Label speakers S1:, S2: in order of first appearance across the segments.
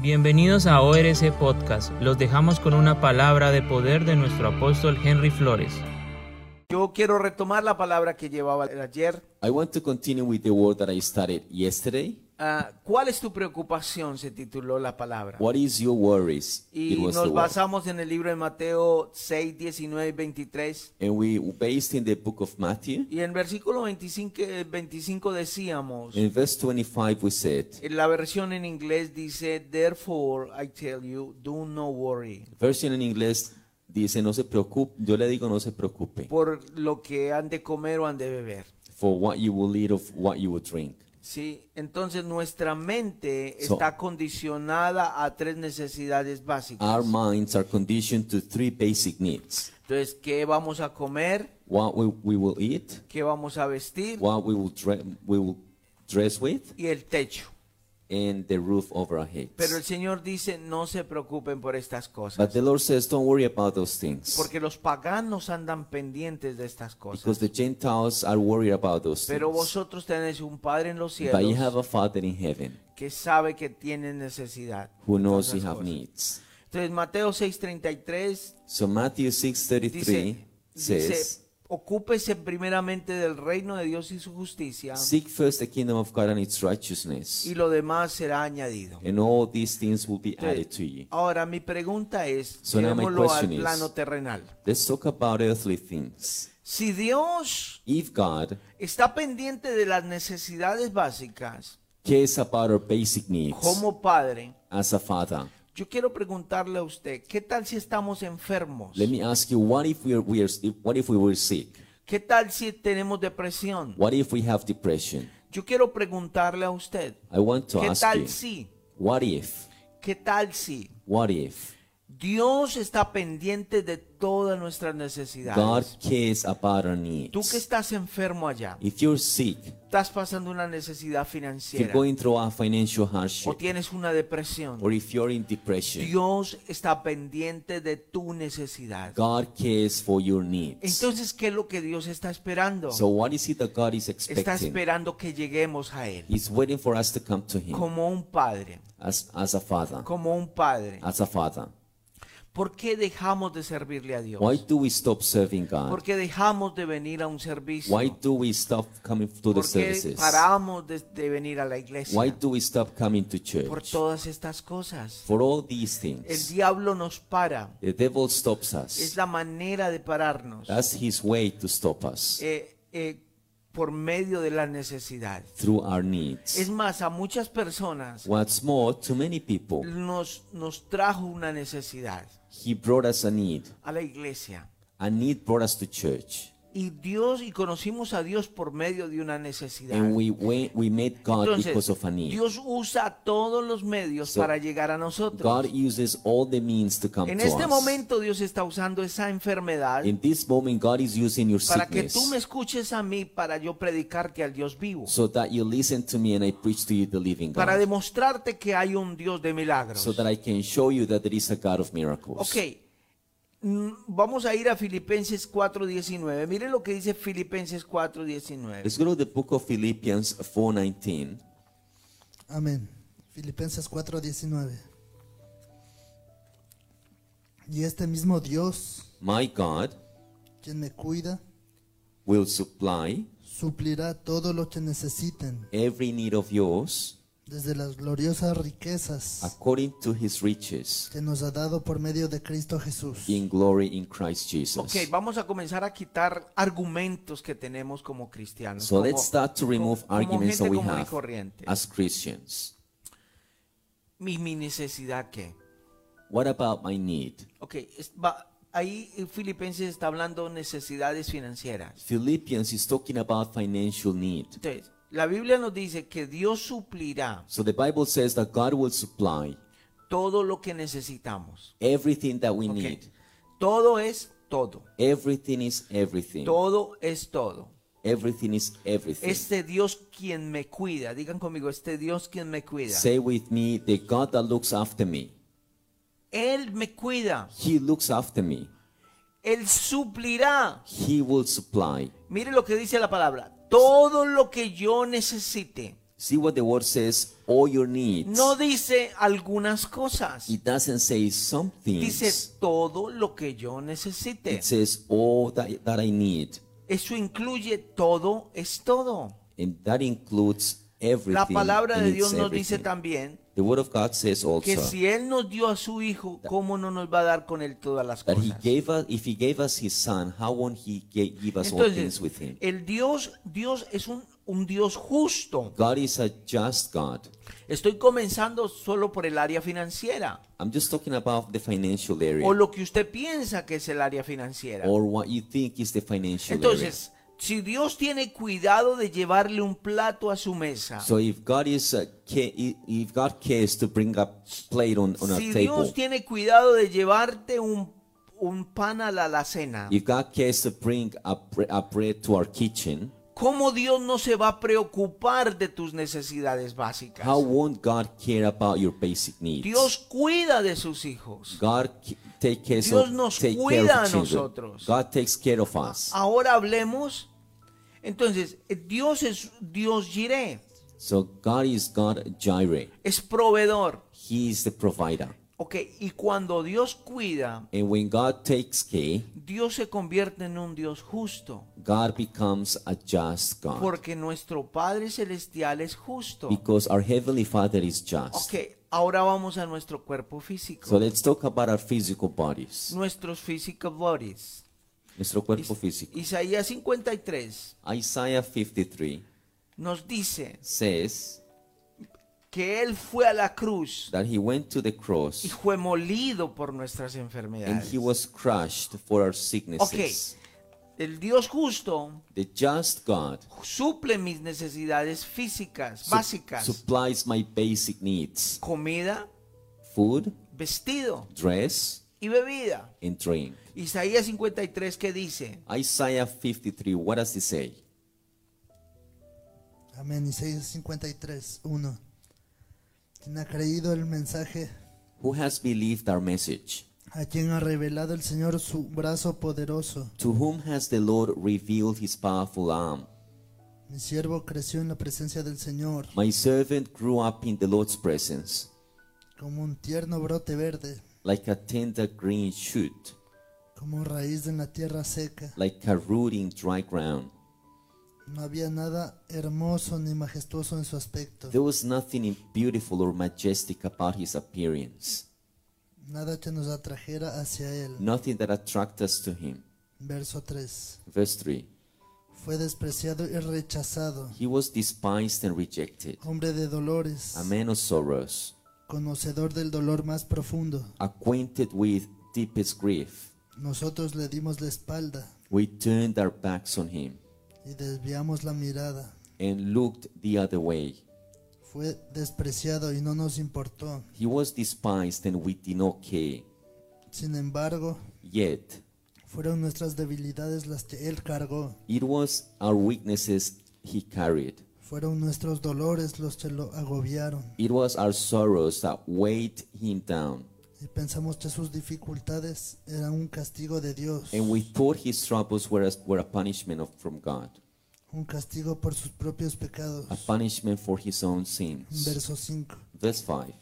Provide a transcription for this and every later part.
S1: Bienvenidos a ORC Podcast. Los dejamos con una palabra de poder de nuestro apóstol Henry Flores.
S2: Yo quiero retomar la palabra que llevaba ayer.
S3: I want to continue with the word that I started yesterday.
S2: Ah, ¿Cuál es tu preocupación? Se tituló la palabra.
S3: What is your worries?
S2: Y
S3: it was the
S2: nos
S3: word.
S2: basamos en el libro de Mateo 6, 19 y 23.
S3: And we based in the book of Matthew.
S2: Y en versículo 25, eh, 25 decíamos,
S3: In verse 25 we said,
S2: en la versión en inglés dice, Therefore I tell you, do no worry.
S3: version en inglés dice no se preocupe, yo le digo no se preocupe
S2: por lo que han de comer o han de beber.
S3: for what you will eat of what you will drink.
S2: Sí, entonces nuestra mente
S3: So-
S2: está condicionada a tres necesidades básicas.
S3: Our minds are conditioned to three basic needs.
S2: Entonces, ¿qué vamos a comer?
S3: What we, we will eat,
S2: ¿Qué vamos a vestir?
S3: what we will, dre- we will dress with,
S2: Y el techo.
S3: and the roof over our heads.
S2: Pero el Señor dice, no se preocupen por estas cosas.
S3: But the Lord says, don't worry about those things.
S2: Porque los paganos andan pendientes de estas cosas.
S3: Because the Gentiles are worried about those
S2: Pero
S3: things.
S2: vosotros tenéis un Padre en los
S3: But you have
S2: cielos
S3: a Father in heaven
S2: que sabe que tienen necesidad.
S3: who
S2: de
S3: knows you
S2: todas
S3: have
S2: cosas.
S3: needs.
S2: Entonces, Mateo 6:33
S3: So Matthew 6.33
S2: Dice,
S3: says,
S2: dice, ocúpese primeramente del reino de Dios y su justicia
S3: Seek first the kingdom of God and its righteousness,
S2: um, y lo demás será añadido.
S3: and all these things will be added to you.
S2: Ahora mi pregunta es,
S3: So now my
S2: llevémoslo al
S3: question is-
S2: plano terrenal.
S3: Let's talk about earthly things.
S2: Si Dios
S3: If God
S2: está pendiente de las necesidades básicas
S3: cares about our basic needs
S2: como padre,
S3: as a father,
S2: yo quiero preguntarle a usted, ¿qué tal si estamos enfermos?
S3: let me ask you, what if we are, we are if- what if we were sick?
S2: ¿Qué tal si tenemos depresión?
S3: What if we have depression?
S2: Yo quiero preguntarle a usted,
S3: I want to
S2: ¿qué
S3: ask
S2: tal
S3: you,
S2: si?
S3: what if?
S2: ¿Qué tal si?
S3: What if?
S2: Dios está pendiente de todas nuestras
S3: God
S2: necesidades.
S3: cares about our
S2: Tú que
S3: needs.
S2: estás enfermo allá,
S3: If you're sick,
S2: estás pasando una necesidad
S3: if you're
S2: financiera
S3: going through a financial
S2: o
S3: hardship,
S2: tienes una depresión,
S3: or if you're in depression,
S2: Dios está pendiente de tu necesidad.
S3: God cares for your needs.
S2: Entonces, ¿qué es lo que Dios está esperando?
S3: So what is it that God is
S2: Está
S3: expecting?
S2: esperando que lleguemos a Él
S3: He's waiting for us to come to Him
S2: como un padre,
S3: as, as a father.
S2: como un padre.
S3: As a father.
S2: ¿Por qué dejamos de servirle a Dios?
S3: Why do we stop serving
S2: ¿Por
S3: God?
S2: qué dejamos de venir a un
S3: Why
S2: servicio?
S3: do we stop coming to the
S2: ¿Por qué
S3: services?
S2: paramos de, de venir a la iglesia?
S3: Why do we stop coming to
S2: por
S3: church?
S2: todas estas cosas.
S3: For all these
S2: El
S3: things,
S2: diablo nos para.
S3: the devil stops
S2: Es
S3: us.
S2: la manera de pararnos
S3: That's his way to stop us
S2: eh, eh, por medio de la necesidad.
S3: through
S2: Es
S3: our needs.
S2: más, a muchas personas
S3: What's more, to many people,
S2: nos, nos trajo una necesidad
S3: he brought us a need.
S2: a la iglesia.
S3: A need brought us to church.
S2: Y Dios, y conocimos a Dios por medio de una necesidad.
S3: And we went, we met God because
S2: Entonces,
S3: of a need.
S2: Dios usa todos los medios
S3: So,
S2: para llegar a nosotros.
S3: God uses all the means to come
S2: En
S3: to
S2: este
S3: us.
S2: momento Dios está usando esa enfermedad
S3: In this moment, God is using your
S2: para que tú me
S3: sickness
S2: escuches a mí para yo predicarte al Dios vivo.
S3: so that you listen to me and I preach to you the living
S2: para
S3: God,
S2: demostrarte que hay un Dios de milagros.
S3: so that I can show you that there is a God of miracles.
S2: ok, mm, vamos a ir a Filipenses 4.19. Miren lo que dice Filipenses 4.19.
S3: Let's go to the book of Philippians 4:19.
S4: Amén. Filipenses 4:19. Y este mismo Dios,
S3: My God
S4: quien me cuida,
S3: will supply
S4: suplirá todo lo que necesiten,
S3: every need of yours
S4: desde las gloriosas riquezas
S3: according to His riches
S4: que nos ha dado por medio de Cristo Jesús.
S3: in glory in Christ
S2: Ok,
S3: Jesus.
S2: vamos a comenzar a quitar argumentos que tenemos como cristianos.
S3: So
S2: como-
S3: let's start to remove
S2: como- como
S3: arguments that
S2: gente
S3: we
S2: común y
S3: have
S2: corriente.
S3: as Christians.
S2: Mi, mi necesidad qué?
S3: What about my need?
S2: Ok, es- va- ahí Filipenses está hablando necesidades financieras.
S3: Philippians is talking about financial need.
S2: Entonces, la Biblia nos dice que Dios suplirá
S3: So the Bible says that God will supply
S2: todo lo que necesitamos.
S3: everything that we
S2: Ok.
S3: need.
S2: Todo es todo.
S3: Everything is everything.
S2: Todo es todo.
S3: Everything is everything.
S2: Este Dios quien me cuida. Digan conmigo, este Dios quien me cuida.
S3: Say with me, the God that looks after me.
S2: Él me cuida.
S3: He looks after me.
S2: Él suplirá.
S3: He will supply
S2: Mire lo que dice la palabra. Todo lo que yo necesite
S3: See what the word says, all your needs.
S2: No dice algunas cosas.
S3: It doesn't say some things.
S2: Dice todo lo que yo necesite.
S3: It says all that, that I need.
S2: Eso incluye todo es todo.
S3: And that includes everything.
S2: La palabra
S3: and
S2: de
S3: it's
S2: Dios nos dice
S3: everything.
S2: también
S3: The word of God says also
S2: que si Él nos dio a su Hijo, ¿cómo no nos va a dar con Él todas las
S3: that he
S2: cosas?
S3: gave us, if he gave us his son, how won't he ga- give us all
S2: Entonces, eh,
S3: things with him?
S2: el Dios, Dios es un, un Dios justo.
S3: God is a just God.
S2: Estoy comenzando solo por el área financiera
S3: I'm just talking about the financial area
S2: o lo que usted piensa que es el área financiera.
S3: or what you think is the financial
S2: Entonces, si Dios tiene cuidado de llevarle un plato a su mesa,
S3: area. So if God is a, ca- i- if God cares to bring a plate on, on
S2: si
S3: our table,
S2: Dios tiene cuidado de llevarte un, un pan a la alacena,
S3: if God cares to bring a, bre- a bread to our kitchen,
S2: ¿cómo Dios no se va a preocupar de tus necesidades básicas?
S3: how won't God care about your basic needs?
S2: Dios cuida de sus hijos.
S3: God c- take care
S2: Dios
S3: of,
S2: nos
S3: take
S2: cuida
S3: care of the
S2: a
S3: children.
S2: nosotros. Ah.
S3: God takes care of us.
S2: Ahora hablemos. Entonces, eh, Dios es Dios Jireh,
S3: So God is God Jireh.
S2: es proveedor.
S3: He is the provider.
S2: Ok, y cuando Dios cuida,
S3: And when God takes care,
S2: Dios se convierte en un Dios justo,
S3: God becomes a just God.
S2: porque nuestro Padre Celestial es justo.
S3: Because our Heavenly Father is just.
S2: Ok, ahora vamos a nuestro cuerpo
S3: So
S2: físico,
S3: let's talk about our physical bodies.
S2: nuestros physical bodies.
S3: Nuestro cuerpo físico.
S2: Isaías 53
S3: Isaiah 53
S2: nos dice
S3: says
S2: que Él fue a la cruz
S3: that he went to the
S2: y
S3: cross
S2: fue molido por nuestras
S3: and
S2: enfermedades.
S3: he was crushed for our
S2: Ok,
S3: sicknesses.
S2: el Dios justo
S3: The just God
S2: suple mis necesidades físicas,
S3: su-
S2: básicas,
S3: supplies my basic needs
S2: comida,
S3: food,
S2: vestido
S3: dress,
S2: y bebida.
S3: and drink.
S2: Isaías 53 que dice,
S3: Isaiah 53, what does it say?
S4: Amén. Isaías 53, 1. Quien ha creído el mensaje,
S3: Who has believed our message?
S4: a quien ha revelado el Señor su brazo poderoso.
S3: To whom has the Lord revealed his powerful arm?
S4: Mi siervo creció en la presencia del Señor,
S3: My servant grew up in the Lord's presence,
S4: como un tierno brote verde,
S3: like a tender green shoot,
S4: como raíz en la tierra seca.
S3: like a root in dry ground.
S4: No había nada hermoso ni majestuoso en su aspecto,
S3: There was nothing beautiful or majestic about his appearance,
S4: nada que nos atrajera hacia él.
S3: nothing that attracted us to him.
S4: Verso 3.
S3: Verse 3
S4: Fue despreciado y rechazado,
S3: He was despised and rejected,
S4: hombre de dolores,
S3: a man of sorrows,
S4: conocedor del dolor más profundo.
S3: acquainted with deepest grief.
S4: Nosotros le dimos la espalda
S3: We turned our backs on him
S4: y desviamos la mirada.
S3: and looked the other way.
S4: Fue despreciado y no nos importó.
S3: He was despised and we did not care.
S4: Sin embargo,
S3: Yet,
S4: fueron nuestras debilidades las que él cargó.
S3: it was our weaknesses he carried.
S4: Fueron nuestros dolores los que lo agobiaron.
S3: It was our sorrows that weighed him down.
S4: Y pensamos que sus dificultades eran un castigo de Dios.
S3: And we thought his troubles were a, were a punishment of, from God,
S4: Un castigo por sus propios pecados.
S3: a punishment for his own sins.
S4: Verso 5.
S3: Verse 5.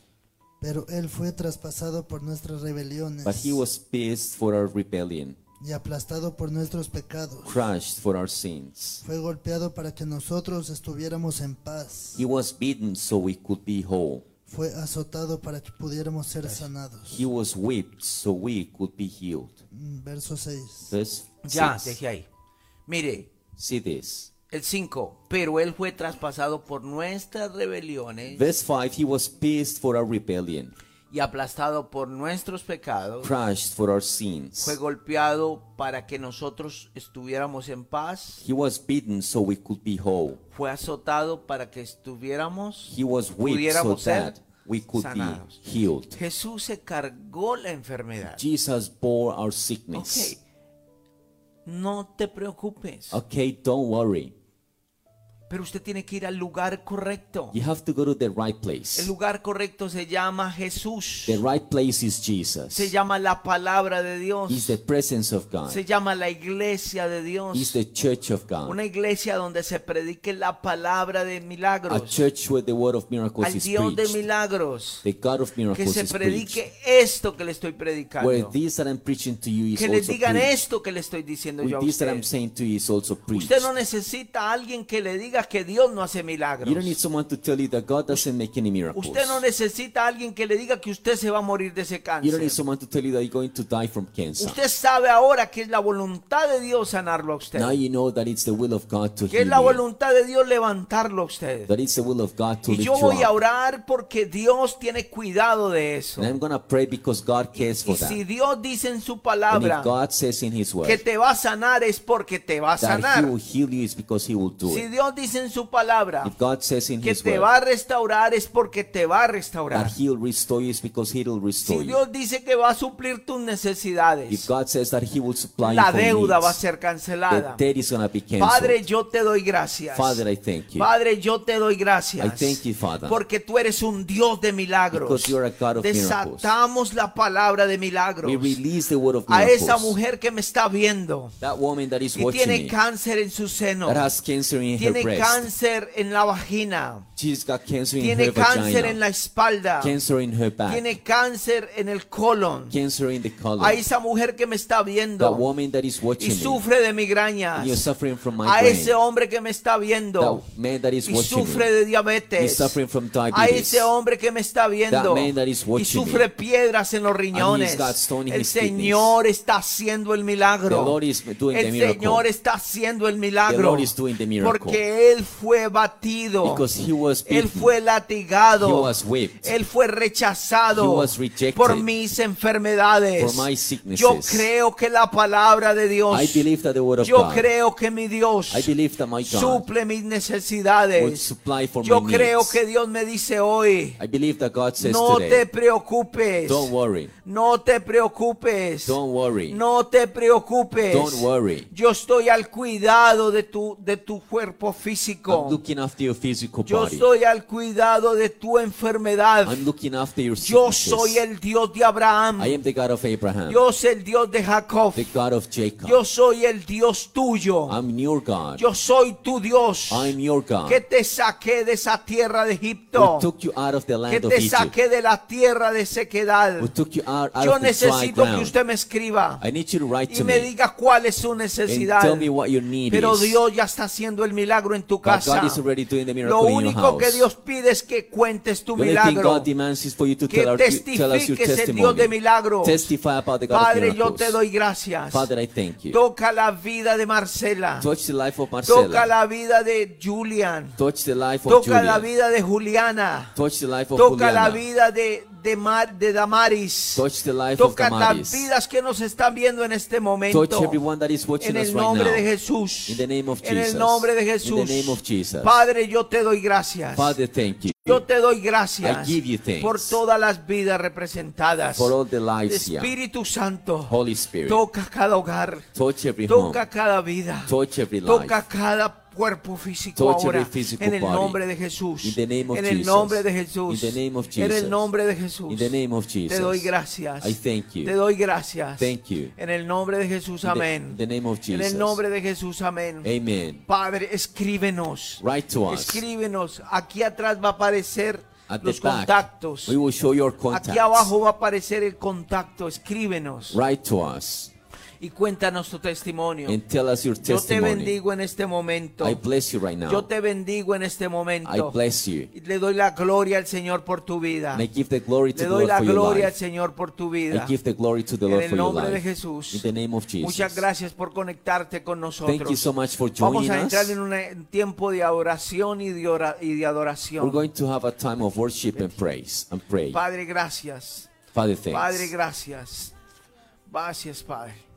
S4: Pero él fue traspasado por nuestras rebeliones
S3: But he was pierced for our rebellion,
S4: y aplastado por nuestros pecados.
S3: crushed for our sins.
S4: Fue golpeado para que nosotros estuviéramos en paz.
S3: He was beaten so we could be whole.
S4: Fue azotado para que pudiéramos ser sanados.
S3: He was whipped so we could be healed.
S4: Mm, Verso 6.
S3: Verse
S2: ya,
S3: 6.
S2: dejé ahí. Mire,
S3: See this.
S2: el 5, pero Él fue traspasado por nuestras rebeliones
S3: Verse 5 He was pierced for our rebellion,
S2: y aplastado por nuestros pecados.
S3: crushed for our sins.
S2: Fue golpeado para que nosotros estuviéramos en paz.
S3: He was beaten so we could be whole.
S2: Fue azotado para que estuviéramos.
S3: He was whipped so
S2: Pudiéramos ser
S3: that we could
S2: sanados.
S3: be healed.
S2: Jesús se cargó la enfermedad.
S3: Jesus bore our
S2: Ok.
S3: sickness.
S2: No te preocupes.
S3: Okay, don't worry.
S2: Pero usted tiene que ir al lugar correcto.
S3: You have to go to the
S2: El
S3: right place.
S2: lugar correcto se llama Jesús.
S3: The right place is
S2: Se
S3: Jesus.
S2: llama la palabra de
S3: Is
S2: Dios.
S3: the presence of God.
S2: Se llama la iglesia de
S3: Is
S2: Dios.
S3: the church of God.
S2: Una iglesia donde se predique la palabra de
S3: A
S2: milagros.
S3: church where the word of miracles
S2: Al
S3: is
S2: Dios de
S3: preached.
S2: milagros.
S3: The God of
S2: Que
S3: miracles
S2: se
S3: is preached.
S2: predique esto que le estoy
S3: Where
S2: predicando.
S3: this that I'm preaching to you is
S2: Que les
S3: also
S2: digan
S3: preached.
S2: esto que le estoy diciendo yo a
S3: With this that I'm
S2: usted.
S3: saying to you is also preached.
S2: Usted no necesita a alguien que le diga que Dios no hace
S3: You don't need
S2: milagros.
S3: someone to tell you that God doesn't make any miracles.
S2: Usted no necesita a alguien que le diga que usted se va a morir de ese
S3: You don't need
S2: cáncer.
S3: someone to tell you that you're going to die from cancer.
S2: Usted sabe ahora que es la voluntad de Dios sanarlo a usted.
S3: Now you know that it's the will of God to
S2: Que
S3: heal
S2: es la
S3: you.
S2: voluntad de Dios levantarlo a usted.
S3: That it's the will of God to
S2: Y
S3: lift
S2: yo
S3: you
S2: voy a
S3: up.
S2: orar porque Dios tiene cuidado de eso.
S3: And I'm going to pray because God cares
S2: Y
S3: for that.
S2: si
S3: And
S2: Dios dice en su
S3: if
S2: palabra
S3: God says in His
S2: que
S3: word
S2: te va a sanar es porque te va a
S3: that He
S2: sanar.
S3: will heal you, it's because He will do
S2: Si
S3: it.
S2: Dios dice en su palabra
S3: If God says in
S2: que
S3: His
S2: te va
S3: word
S2: a restaurar es porque te va a restaurar.
S3: that He'll restore you, it's because He'll
S2: Si
S3: restore you.
S2: Dios dice que va a suplir tus
S3: If
S2: necesidades,
S3: God says that He will supply
S2: la
S3: you
S2: deuda va a
S3: for needs,
S2: ser
S3: the
S2: cancelada.
S3: debt is going to be
S2: Padre,
S3: canceled.
S2: yo te doy gracias.
S3: Father, I thank you.
S2: Padre, yo te doy gracias.
S3: I thank you, Father.
S2: Porque tú eres un Dios de milagros.
S3: Because you are a God of
S2: Desatamos la palabra de milagros
S3: We release the word of
S2: a esa
S3: miracles.
S2: mujer que me está viendo
S3: That woman that is
S2: y
S3: watching
S2: tiene
S3: me,
S2: cáncer en su seno.
S3: that has cancer in her
S2: Tiene
S3: breast,
S2: cáncer en la vagina.
S3: she's got cancer in her
S2: Tiene cáncer en la
S3: vagina,
S2: espalda.
S3: cancer in her back,
S2: Tiene cáncer en el colon.
S3: cancer in the colon.
S2: A esa mujer que me está
S3: That
S2: viendo
S3: woman that is
S2: y
S3: watching me,
S2: sufre de migrañas.
S3: and you're suffering from
S2: A
S3: migraine.
S2: ese hombre que me está viendo
S3: That man that is
S2: y
S3: watching
S2: sufre
S3: me,
S2: de
S3: is
S2: diabetes.
S3: suffering from
S2: A
S3: diabetes.
S2: ese hombre que me está viendo
S3: That man that is
S2: y
S3: watching
S2: sufre
S3: me.
S2: piedras en los riñones.
S3: got stone in
S2: El
S3: his kidneys.
S2: Señor está haciendo el milagro.
S3: The Lord is doing the
S2: el
S3: miracle.
S2: Señor está haciendo el milagro.
S3: The Lord is doing the miracle.
S2: Porque Él fue batido.
S3: Because he was
S2: Él
S3: beaten.
S2: fue latigado.
S3: He was whipped.
S2: Él fue rechazado
S3: He was rejected.
S2: por mis enfermedades.
S3: For my sicknesses.
S2: Yo creo que la palabra de Dios.
S3: I believe that the word of
S2: Yo
S3: God,
S2: creo que mi Dios
S3: I believe that my God
S2: suple mis
S3: would
S2: necesidades.
S3: supply for
S2: Yo
S3: my
S2: creo
S3: needs.
S2: que Dios me dice hoy,
S3: I believe that God says
S2: no te
S3: today,
S2: preocupes.
S3: don't worry,
S2: No te preocupes.
S3: don't worry,
S2: No te preocupes.
S3: don't worry.
S2: Yo estoy al cuidado de tu, de tu cuerpo
S3: I'm
S2: físico.
S3: looking after your physical
S2: Yo
S3: body.
S2: estoy al cuidado de tu enfermedad.
S3: I'm looking after your
S2: Yo
S3: sicknesses.
S2: soy el Dios de Abraham.
S3: I am the God of Abraham,
S2: Yo soy el Dios de Jacob.
S3: the God of Jacob.
S2: Yo soy el Dios tuyo.
S3: I'm your God.
S2: Yo soy tu Dios.
S3: I'm your God.
S2: Que te saqué de esa tierra de
S3: Who
S2: Egipto.
S3: took you out of the
S2: que
S3: land of
S2: te
S3: Egypt.
S2: saqué de la tierra de sequedad.
S3: Who took you out, out
S2: Yo
S3: of the dry
S2: necesito que
S3: ground.
S2: usted me escriba
S3: I need you to write
S2: y
S3: to
S2: me
S3: me
S2: diga cuál es su
S3: and
S2: necesidad.
S3: tell me what your need
S2: Pero
S3: is.
S2: Dios ya está haciendo el milagro en tu
S3: But
S2: casa.
S3: God is already doing the
S2: Lo
S3: miracle in your
S2: único
S3: house.
S2: que Dios pide es que cuentes tu
S3: the only thing
S2: milagro.
S3: God demands is for you to
S2: Que
S3: tell, our, tell us your
S2: testifiques el Dios de
S3: testimony.
S2: milagros.
S3: Testify about the God
S2: Padre,
S3: of
S2: yo
S3: miracles.
S2: te doy gracias.
S3: Father, I thank you.
S2: Toca la vida de Marcela.
S3: Touch the life of Marcela.
S2: Toca la vida de Julian.
S3: Touch the life of
S2: Toca la
S3: Julia.
S2: vida de Juliana.
S3: Touch the life of
S2: Toca la
S3: Juliana.
S2: vida de, de, Mar- de Damaris.
S3: Touch the life of
S2: Toca las
S3: Damaris.
S2: vidas que nos están viendo en este momento.
S3: Touch everyone that is watching
S2: En
S3: us
S2: el
S3: right
S2: nombre
S3: now.
S2: de Jesús.
S3: In the name of
S2: En el
S3: Jesus.
S2: nombre de
S3: In the
S2: Jesús.
S3: name of Jesus.
S2: Padre, yo te doy gracias.
S3: Father, thank you
S2: yo te doy gracias
S3: I give you thanks.
S2: por todas las vidas representadas.
S3: for all the lives here.
S2: Espíritu Santo,
S3: Holy Spirit,
S2: toca cada hogar,
S3: touch every home,
S2: toca cada vida,
S3: touch every life.
S2: toca cada cuerpo físico
S3: Touch
S2: ahora
S3: every physical
S2: en el
S3: body.
S2: nombre de Jesús
S3: In the name of
S2: en el
S3: Jesus.
S2: nombre de Jesús
S3: In the name of
S2: en el
S3: Jesus.
S2: nombre de Jesús
S3: In the name of Jesus.
S2: te doy gracias
S3: I thank you.
S2: te doy gracias
S3: Thank you.
S2: en el nombre de Jesús
S3: In the-
S2: amén
S3: in the name of
S2: en el
S3: Jesus.
S2: nombre de Jesús amén
S3: Amen.
S2: Padre escríbenos
S3: Write to us.
S2: escríbenos aquí atrás va a aparecer
S3: At
S2: los
S3: the back,
S2: contactos
S3: we will show your contacts.
S2: aquí abajo va a aparecer el contacto escríbenos
S3: Write to us
S2: y cuéntanos tu testimonio
S3: and tell us your
S2: yo te
S3: testimony.
S2: bendigo en este momento
S3: I bless you right now.
S2: Yo te bendigo en este
S3: I
S2: momento.
S3: bless you.
S2: Y le doy la gloria al Señor por tu vida.
S3: And I give the glory to
S2: Le
S3: the
S2: doy
S3: Lord
S2: la
S3: for your
S2: gloria al
S3: life.
S2: Señor por tu
S3: I
S2: vida.
S3: give the glory to the
S2: En
S3: Lord for
S2: el
S3: your
S2: nombre de
S3: life.
S2: Jesús.
S3: In the name of Jesus.
S2: Muchas gracias por conectarte con nosotros.
S3: Thank you so much for
S2: Vamos
S3: joining
S2: a entrar
S3: us.
S2: en un eh, tiempo de adoración y de, ora- y de
S3: We're
S2: adoración.
S3: going to have a time of worship and praise and pray.
S2: Padre, gracias.
S3: Father, thanks.
S2: Padre, gracias. Gracias, Padre.